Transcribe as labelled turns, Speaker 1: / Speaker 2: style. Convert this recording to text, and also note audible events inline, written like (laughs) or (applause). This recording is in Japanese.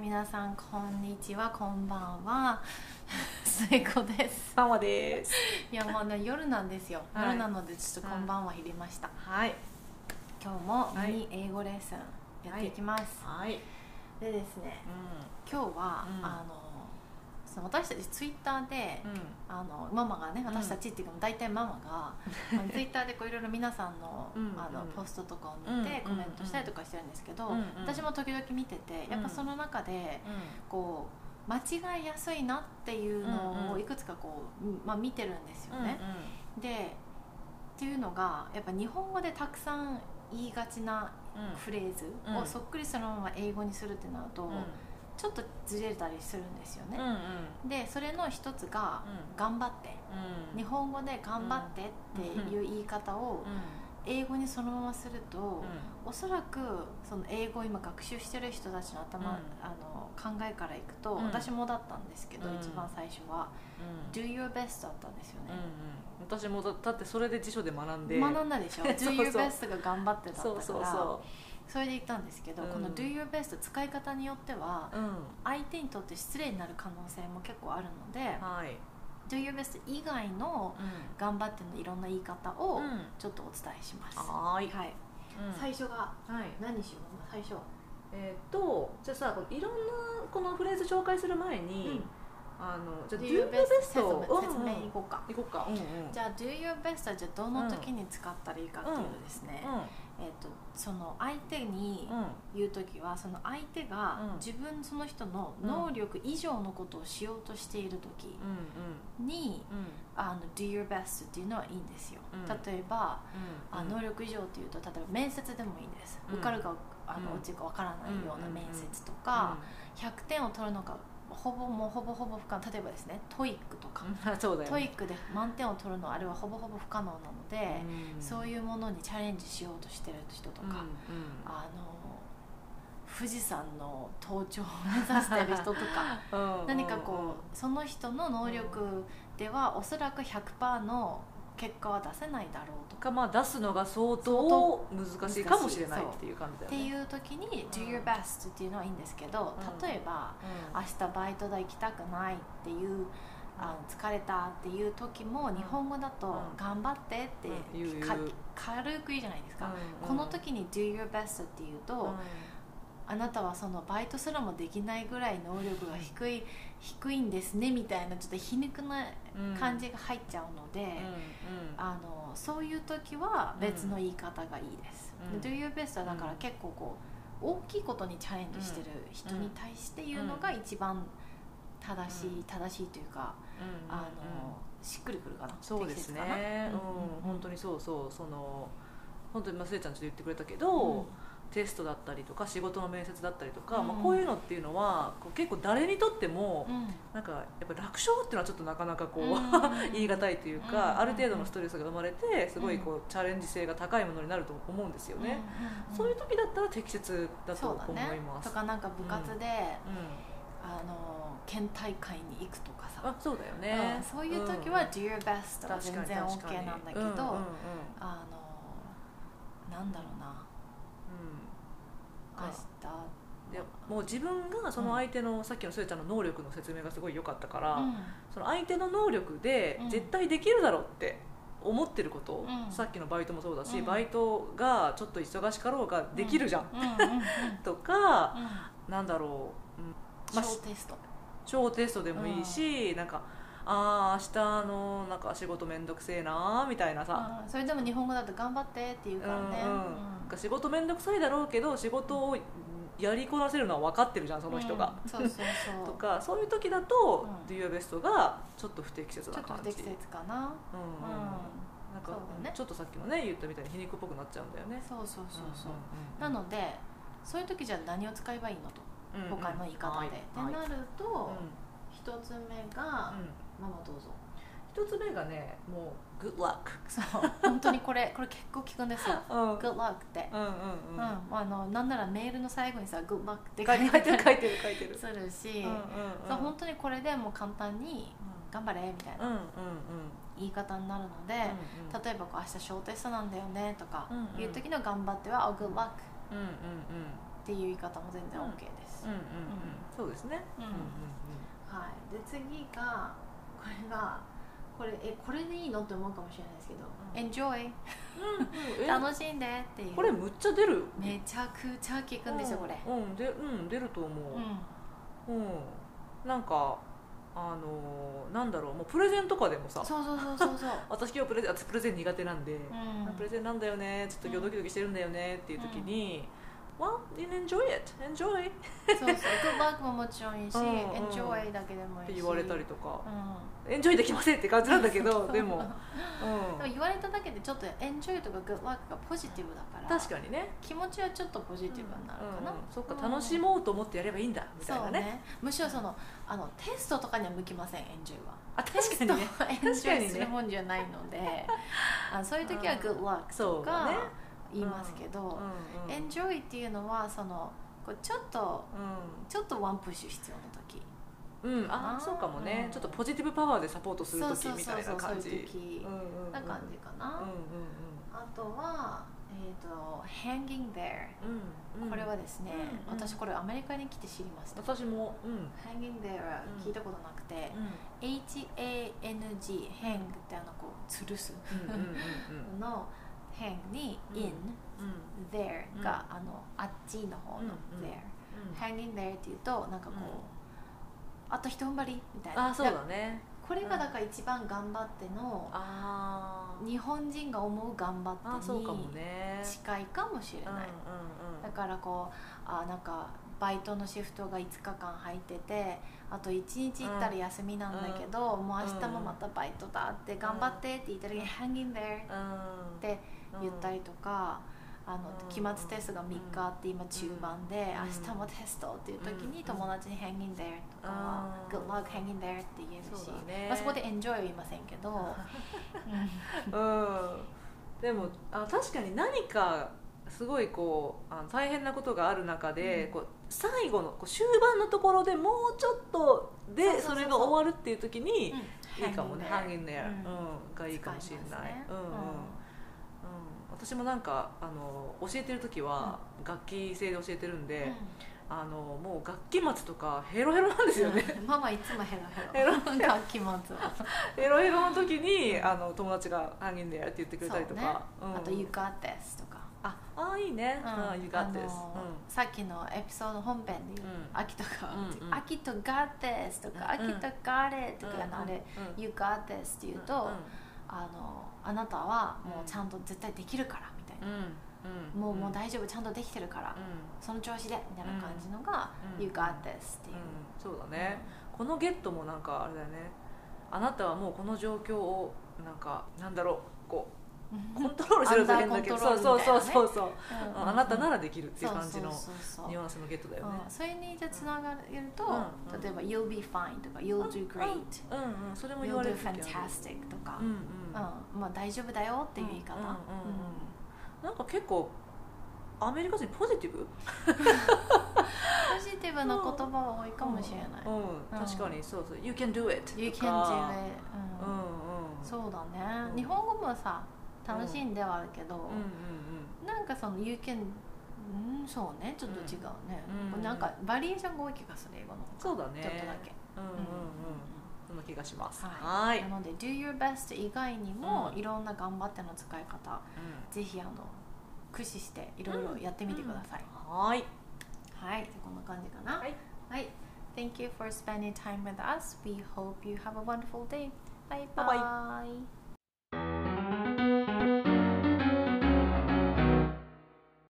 Speaker 1: 皆さんこんにちはこんばんは (laughs) 末子です
Speaker 2: ママです。
Speaker 1: いやもうね夜なんですよ、
Speaker 2: はい
Speaker 1: 夜なのでちょっとこんばんは入れました、
Speaker 2: はい。
Speaker 1: 今日も
Speaker 2: はい
Speaker 1: ミニ英語レッスンやっていきます、
Speaker 2: はい。
Speaker 1: でですね
Speaker 2: う
Speaker 1: 今日は、
Speaker 2: うん
Speaker 1: あのその私たちツイッターで、
Speaker 2: ん。
Speaker 1: あのママがね私たちっていうか大体ママが、あのツイッターでこういろいろ皆さんの,、
Speaker 2: (laughs) うん
Speaker 1: あの
Speaker 2: うん
Speaker 1: ポストとかを見て
Speaker 2: うん
Speaker 1: コメントしたりとかしてるんですけど、
Speaker 2: うんうん
Speaker 1: 私も時々見ててやっぱその中で、こう間違いやすいなっていうの
Speaker 2: うんう
Speaker 1: を
Speaker 2: ん
Speaker 1: いくつかこう、まあ、見てるんですよ
Speaker 2: うん。
Speaker 1: ね。でっていうのがやっぱ日本語でたくさん言いがちな
Speaker 2: うん。
Speaker 1: フレーズ
Speaker 2: う
Speaker 1: を
Speaker 2: ん
Speaker 1: そっくりそのまま英語にするってなると、ちょっとずれたりするんですよ
Speaker 2: うん。
Speaker 1: ね。
Speaker 2: うん。
Speaker 1: でそれの一つが「頑張って」
Speaker 2: うん。
Speaker 1: 日本語で「頑張って」っていう言い方を英語にそのまますると、
Speaker 2: うん。
Speaker 1: おそらくその英語を今学習してる人たちの頭、
Speaker 2: うん
Speaker 1: あの考えからいくと、
Speaker 2: うん
Speaker 1: 私もだったんですけど、
Speaker 2: うん
Speaker 1: 一番最初は「do your best」だったんですよ
Speaker 2: うん。
Speaker 1: ね、
Speaker 2: うん。私もだだってそれで辞書で学んで。
Speaker 1: 学んだでしょ「
Speaker 2: (laughs) そう
Speaker 1: do
Speaker 2: そう
Speaker 1: your best」が頑張ってだったから
Speaker 2: そうそうそ
Speaker 1: それで言ったんですけど、
Speaker 2: うん
Speaker 1: この「do your best」使い方によっては
Speaker 2: う。うん。
Speaker 1: 相手にとって失礼になる可能性も結構あるので
Speaker 2: はい。
Speaker 1: 「do your best」以外の「頑張って」のいろんな言い方を
Speaker 2: うん。
Speaker 1: ちょっとお伝えします、
Speaker 2: はーい。
Speaker 1: はい
Speaker 2: うん
Speaker 1: 最初が
Speaker 2: はい。
Speaker 1: 何しよう最初、
Speaker 2: えーっとじゃあさこのいろんなこのフレーズ紹介する前に、あのじゃあ
Speaker 1: do your
Speaker 2: do your
Speaker 1: best 説
Speaker 2: best
Speaker 1: 明
Speaker 2: を
Speaker 1: 説
Speaker 2: うんうん
Speaker 1: 明いこうか、
Speaker 2: 行こうか。うんうん。
Speaker 1: じ
Speaker 2: ゃ
Speaker 1: ゃあ「do your best」はじゃあどの時に使ったらいいかっていうとですね、えっとその相手に
Speaker 2: うんうん
Speaker 1: 言う時はその相手が
Speaker 2: うん
Speaker 1: 自分その人の能力以上のことをしようとしている時
Speaker 2: うん
Speaker 1: に
Speaker 2: うん
Speaker 1: 「あの do your best」っていうのはいいんですよ、
Speaker 2: うん
Speaker 1: 例えば
Speaker 2: うん。
Speaker 1: あ能力以上っていうと例えば面接でもいいです、
Speaker 2: うん
Speaker 1: 受かるかあの
Speaker 2: うん
Speaker 1: 落ちるかわからないような
Speaker 2: うん
Speaker 1: 面接とか、100点を取るのがほぼもうほぼほぼ不可能例えばですねトイックとか、
Speaker 2: うん、そうだよ、
Speaker 1: トイ
Speaker 2: ね、
Speaker 1: ックで満点を取るのはあれはほぼほぼ不可能なので、そう
Speaker 2: う
Speaker 1: いうものにチャレンジしようとしてる人と
Speaker 2: と
Speaker 1: か、あの富士山の登頂を目指してる人と
Speaker 2: (laughs)
Speaker 1: か何かこう、その人の能力ではおそらく100%の結果は出せないだろうと
Speaker 2: かまあ出すのが相当難しいかもしれないっていう感じ
Speaker 1: っ
Speaker 2: だ
Speaker 1: て
Speaker 2: よね
Speaker 1: いう時に「do your best」っていうのはいいんですけど
Speaker 2: うん
Speaker 1: 例えば「明日バイト代行きたくない」っていう。あの疲れたっていう時も日本語だ
Speaker 2: う
Speaker 1: と「
Speaker 2: ん
Speaker 1: 頑張って」って
Speaker 2: うん言う
Speaker 1: か
Speaker 2: 言う
Speaker 1: 軽く言うじゃないですか、
Speaker 2: うん
Speaker 1: この時に「do your best」っていうと、あなたはそのバイトすらもできないぐらい能力が低い低いんですねみたいなちょっと皮肉な感じが入っちゃうので、あのそういう時は別の言い方がいいです。
Speaker 2: うん
Speaker 1: で Do your best はだから結構こう大きいことにチャレンジしてる人に対して言うのが一番正しい、
Speaker 2: う
Speaker 1: 正しいというか、あのしっくりくるかな
Speaker 2: そうです
Speaker 1: 適切かな
Speaker 2: ね、うん本当にそうそうその本当にまあスエちゃんちょっと言ってくれたけど、テストだったりとか仕事の面接だったりとか、まあ、こういうのっていうのはこう結構誰にとっても、
Speaker 1: うん
Speaker 2: なんかやっぱ楽勝っていうのはちょっとなかなかこう、
Speaker 1: うん
Speaker 2: (laughs) 言い難いというか、
Speaker 1: うん
Speaker 2: ある程度のストレスが生まれてすごいこう、チャレンジ性が高いものになると思うんですよね、
Speaker 1: うん
Speaker 2: そういう時だったら適切だと
Speaker 1: そう
Speaker 2: 思
Speaker 1: だ
Speaker 2: い
Speaker 1: ね
Speaker 2: ます
Speaker 1: と
Speaker 2: う、
Speaker 1: かなんか部活で、
Speaker 2: ん、
Speaker 1: あの県大会に行くとかさ、
Speaker 2: あそうだよね、
Speaker 1: うんそういう時は
Speaker 2: う
Speaker 1: 「
Speaker 2: ん
Speaker 1: do your best」は全然 OK なんだけど、
Speaker 2: うんうんうん
Speaker 1: あのなんだろうな
Speaker 2: うん
Speaker 1: 明
Speaker 2: うんでもう自分がその相手の、さっきのスエちゃんの能力の説明がすごい良かったから、
Speaker 1: 日
Speaker 2: その相手の能力で
Speaker 1: うん
Speaker 2: 絶対できるだろうって思ってること、
Speaker 1: うん
Speaker 2: さっきのバイトもそうだし、
Speaker 1: うん
Speaker 2: バイトがちょっと忙しかろうができるじゃん、
Speaker 1: うんうんうんう
Speaker 2: (laughs)
Speaker 1: ん
Speaker 2: とか
Speaker 1: うん
Speaker 2: なんだろう、うんまあ
Speaker 1: 小テスト
Speaker 2: 小テストでもいいし、なんかああ明日のなんか仕事めんどくせえなーみたいなさ、
Speaker 1: うんそれでも日本語だと「頑張って」って言うからね、
Speaker 2: うんうんなんか仕事めんどくさいだろうけど仕事をやりこなせるのは分かってるじゃんその人が、
Speaker 1: うんそうそうそう
Speaker 2: (laughs) とかそういう時だ
Speaker 1: う
Speaker 2: と
Speaker 1: ん
Speaker 2: 「Do Your Best」がちょっと不適切
Speaker 1: ちょ
Speaker 2: な
Speaker 1: っと
Speaker 2: 感
Speaker 1: 不
Speaker 2: じ
Speaker 1: 適切かな、
Speaker 2: うん
Speaker 1: う
Speaker 2: うんんなんか
Speaker 1: そうだね
Speaker 2: ちょっとさっきのね言ったみたいに皮肉っぽくなっちゃうんだよね
Speaker 1: そうそうそうそう、
Speaker 2: ん
Speaker 1: なのでそういう時じゃあ何を使えばいいのと
Speaker 2: うんうん
Speaker 1: 他の言い方で、
Speaker 2: はいはい
Speaker 1: ってなると、
Speaker 2: う
Speaker 1: 一つ目が、
Speaker 2: んうん
Speaker 1: ママどうぞ
Speaker 2: 一つ目がねもう「Good luck
Speaker 1: そう本当にこれこれ結構聞くんですよ」
Speaker 2: うん
Speaker 1: 「Good luck」って、
Speaker 2: うんうん
Speaker 1: うん
Speaker 2: うん
Speaker 1: あのなんならメールの最後にさ「Good luck」って
Speaker 2: 書
Speaker 1: (laughs) 書
Speaker 2: い
Speaker 1: い
Speaker 2: て
Speaker 1: て
Speaker 2: る
Speaker 1: た
Speaker 2: 書
Speaker 1: り
Speaker 2: いてる書いてる
Speaker 1: するし、
Speaker 2: うんうん
Speaker 1: そう本当にこれでもう簡単に「頑張れ」みたい
Speaker 2: うん
Speaker 1: な
Speaker 2: うん
Speaker 1: 言い方になるので、
Speaker 2: うん
Speaker 1: 例えばこう「明日小テストなんだよね」とか
Speaker 2: うんうん
Speaker 1: いう時の「頑張っては」は「Good luck
Speaker 2: うんうんうん」
Speaker 1: っていう言い方も全然 OK です、
Speaker 2: うんうんうんそうですね
Speaker 1: うん
Speaker 2: うんうん
Speaker 1: はい、で次がこれがこれえこれでいいのって思うかもしれないですけど「Enjoy
Speaker 2: うんうんえ
Speaker 1: 楽しんで」っていう
Speaker 2: これむっちゃ出る
Speaker 1: めちゃくちゃ効くんですよこれ、
Speaker 2: うんでうん出ると思う
Speaker 1: うん
Speaker 2: うん、なんかあのーなんだろうもうプレゼンとかでもさ
Speaker 1: そうそうそうそう
Speaker 2: (laughs)
Speaker 1: そう、
Speaker 2: 私今日プレゼン私プレゼン苦手なんで、
Speaker 1: うん
Speaker 2: プレゼンなんだよねちょっと今日ドキドキしてるんだよねっていう時に「Well, you enjoy it enjoy」っ
Speaker 1: そうそう「Good luck」ももちろんいいし「
Speaker 2: うんうん
Speaker 1: Enjoy」だけでもいいして
Speaker 2: 言われたりと
Speaker 1: う
Speaker 2: か
Speaker 1: ん
Speaker 2: 「エンジョイできません」って感じなんだけどでも、
Speaker 1: で
Speaker 2: う
Speaker 1: も
Speaker 2: ん、
Speaker 1: 言われただけでちょっと「Enjoy」とか「Good luck」がポジティブだから
Speaker 2: 確かにね
Speaker 1: 気持ちはちょっとポジティブになるかな、
Speaker 2: うんうんそっか
Speaker 1: うん
Speaker 2: 楽しもうと思ってやればいいんだみたい
Speaker 1: そ
Speaker 2: な
Speaker 1: う
Speaker 2: ね
Speaker 1: ねむしろそのあのテストとかには向きません「Enjoy」は。 (laughs)
Speaker 2: あ確かにね
Speaker 1: エンジョイするもんじゃないので、あそういう時は
Speaker 2: うん
Speaker 1: 「good luck」
Speaker 2: そ
Speaker 1: と
Speaker 2: うだ
Speaker 1: か
Speaker 2: ね
Speaker 1: 言いますけ
Speaker 2: うん
Speaker 1: ど「
Speaker 2: うん
Speaker 1: enjoy」っていうのはそのこうちょっと
Speaker 2: うん
Speaker 1: ちょっとワンプッシュ必要な時
Speaker 2: うん、あ
Speaker 1: あー
Speaker 2: そうかもね、
Speaker 1: うん
Speaker 2: ちょっとポジティブパワーでサポートする
Speaker 1: そう
Speaker 2: 時
Speaker 1: そう
Speaker 2: み
Speaker 1: そ
Speaker 2: た
Speaker 1: う
Speaker 2: いな
Speaker 1: そうそう
Speaker 2: 感
Speaker 1: いう
Speaker 2: じ
Speaker 1: 時
Speaker 2: うんうん
Speaker 1: な感じかな、
Speaker 2: うんうん
Speaker 1: あとはえっ、と「hanging there
Speaker 2: うんうんう」ん
Speaker 1: これはですね、
Speaker 2: うんうん
Speaker 1: 私これアメリカに来て知りました
Speaker 2: 私もうん、
Speaker 1: 「hanging there」は聞いたことなくて「h-a-n-g」「hang」ってあのこう吊るす
Speaker 2: うんうんうん
Speaker 1: の「hang」に「in」
Speaker 2: うんうん
Speaker 1: there
Speaker 2: うん
Speaker 1: が、あのあっちの方の
Speaker 2: うん
Speaker 1: there、
Speaker 2: うん
Speaker 1: hanging there っていうとなんかこう、あと一踏ん張りみたい (laughs) な
Speaker 2: あそうだね
Speaker 1: これがだから一番頑張っての、
Speaker 2: あー
Speaker 1: 日本人が思う頑張
Speaker 2: あ
Speaker 1: っ
Speaker 2: そうかも
Speaker 1: て
Speaker 2: ね
Speaker 1: に近いかもしれ
Speaker 2: うん
Speaker 1: ない、だからこうあなんかバイトのシフトが5日間入っててあと1日行ったら休みなんだけど、もう明日もまたバイトだって頑張ってって言った時に「hanging there」
Speaker 2: うんうん
Speaker 1: って言った
Speaker 2: り
Speaker 1: りとか、あの
Speaker 2: うん
Speaker 1: 期末テストが3日あって今中盤で、
Speaker 2: うん
Speaker 1: 明日もテストっていう時
Speaker 2: う
Speaker 1: に
Speaker 2: ん
Speaker 1: 友達に「hang in there」とか「
Speaker 2: うん
Speaker 1: good luck hang in there」って言えるし
Speaker 2: そうだね
Speaker 1: まあ、そこで「enjoy」は言いませんけ
Speaker 2: (laughs)
Speaker 1: ど、
Speaker 2: うんでもあ確かに何かすごいこうあの大変なことがある中で、
Speaker 1: うん
Speaker 2: こう最後のこう終盤のところでもうちょっと
Speaker 1: そうそ
Speaker 2: で
Speaker 1: うそうそ
Speaker 2: そうれが終わるっていう時に、
Speaker 1: うん
Speaker 2: いいかもね「ハ
Speaker 1: hang
Speaker 2: ン
Speaker 1: in
Speaker 2: ギンネ
Speaker 1: there
Speaker 2: うんがいいかもしれ
Speaker 1: 使
Speaker 2: ない
Speaker 1: ますね
Speaker 2: うんうんうん、私もなんかあの教えてる時は楽器制で教えてるんで、あのもう楽器末とかヘロヘロなんですよね、
Speaker 1: うんママいつもヘロヘ
Speaker 2: ヘ
Speaker 1: ロ
Speaker 2: ロ
Speaker 1: 楽器持つわ
Speaker 2: ヘロヘロの時にあの友達が「ハンギンネって言ってくれたりとか、
Speaker 1: そう
Speaker 2: うん
Speaker 1: ねあと「you got this」とか、
Speaker 2: ああーいいね、うん You got this
Speaker 1: あのさっきのエピソード本編で言う
Speaker 2: うん
Speaker 1: 「秋とか
Speaker 2: うんうん
Speaker 1: 秋と got this」とか「
Speaker 2: うん
Speaker 1: 秋と got it」と
Speaker 2: うん
Speaker 1: かのあれ「
Speaker 2: うん
Speaker 1: you got this」って言うとあのあなたはもうちゃんと絶対できるからみたい
Speaker 2: うん
Speaker 1: な、
Speaker 2: うん
Speaker 1: もうもう
Speaker 2: うん
Speaker 1: 大丈夫ちゃんとできてるから、その調子でみたいな感じのが「
Speaker 2: うん
Speaker 1: You got this」って
Speaker 2: う
Speaker 1: い
Speaker 2: ん
Speaker 1: う、
Speaker 2: そうだね、このゲットもなんかあれだよねあなたはもうこの状況をなんかなんだろうこうコントロールすると変だけど
Speaker 1: アンダー
Speaker 2: そう
Speaker 1: コン
Speaker 2: そう
Speaker 1: トロー
Speaker 2: そ
Speaker 1: ルみたいなね
Speaker 2: うそうそう
Speaker 1: うん
Speaker 2: あなたならできるっていう感じの
Speaker 1: そうそうそう
Speaker 2: ニ
Speaker 1: そう
Speaker 2: ュアンスのゲットだよね
Speaker 1: うんそれにじゃあつながると、
Speaker 2: うんうん
Speaker 1: 例えば「You'll be fine」とか「You'll do great」
Speaker 2: うんうんそ
Speaker 1: 「
Speaker 2: れも言
Speaker 1: You'll
Speaker 2: われ
Speaker 1: do
Speaker 2: る時ある
Speaker 1: fantastic」とか、
Speaker 2: うんうん
Speaker 1: うんまあ、大丈夫だよっていう言い方、
Speaker 2: うんうんうん
Speaker 1: うん
Speaker 2: なんか結構アメリカ人ポジティブ
Speaker 1: ポジティブな言葉は多いかもしれない「
Speaker 2: うんうん確かにそうそう「You can do it」
Speaker 1: You
Speaker 2: と
Speaker 1: can
Speaker 2: か
Speaker 1: do it」
Speaker 2: う
Speaker 1: うん
Speaker 2: んうん
Speaker 1: そうだね、
Speaker 2: うん
Speaker 1: 日本語もさ楽しんではあるけど、
Speaker 2: うんうん
Speaker 1: なんかその有権うんそうねちょっと違うね、
Speaker 2: うんうん
Speaker 1: なんかバリエーションが多い気がする英語の方
Speaker 2: そうだね
Speaker 1: ちょっとだけ、
Speaker 2: うんうんう
Speaker 1: う
Speaker 2: ん
Speaker 1: ん
Speaker 2: その気がします
Speaker 1: は、
Speaker 2: はいい
Speaker 1: なので「do your best」以外にも、
Speaker 2: うん
Speaker 1: いろんな頑張っての使い方ぜひあの駆使していろいろやってみてください、
Speaker 2: はい
Speaker 1: はいじゃあこんな感じかな
Speaker 2: はい、
Speaker 1: はい、Thank you for spending time with us we hope you have a wonderful day バイバイ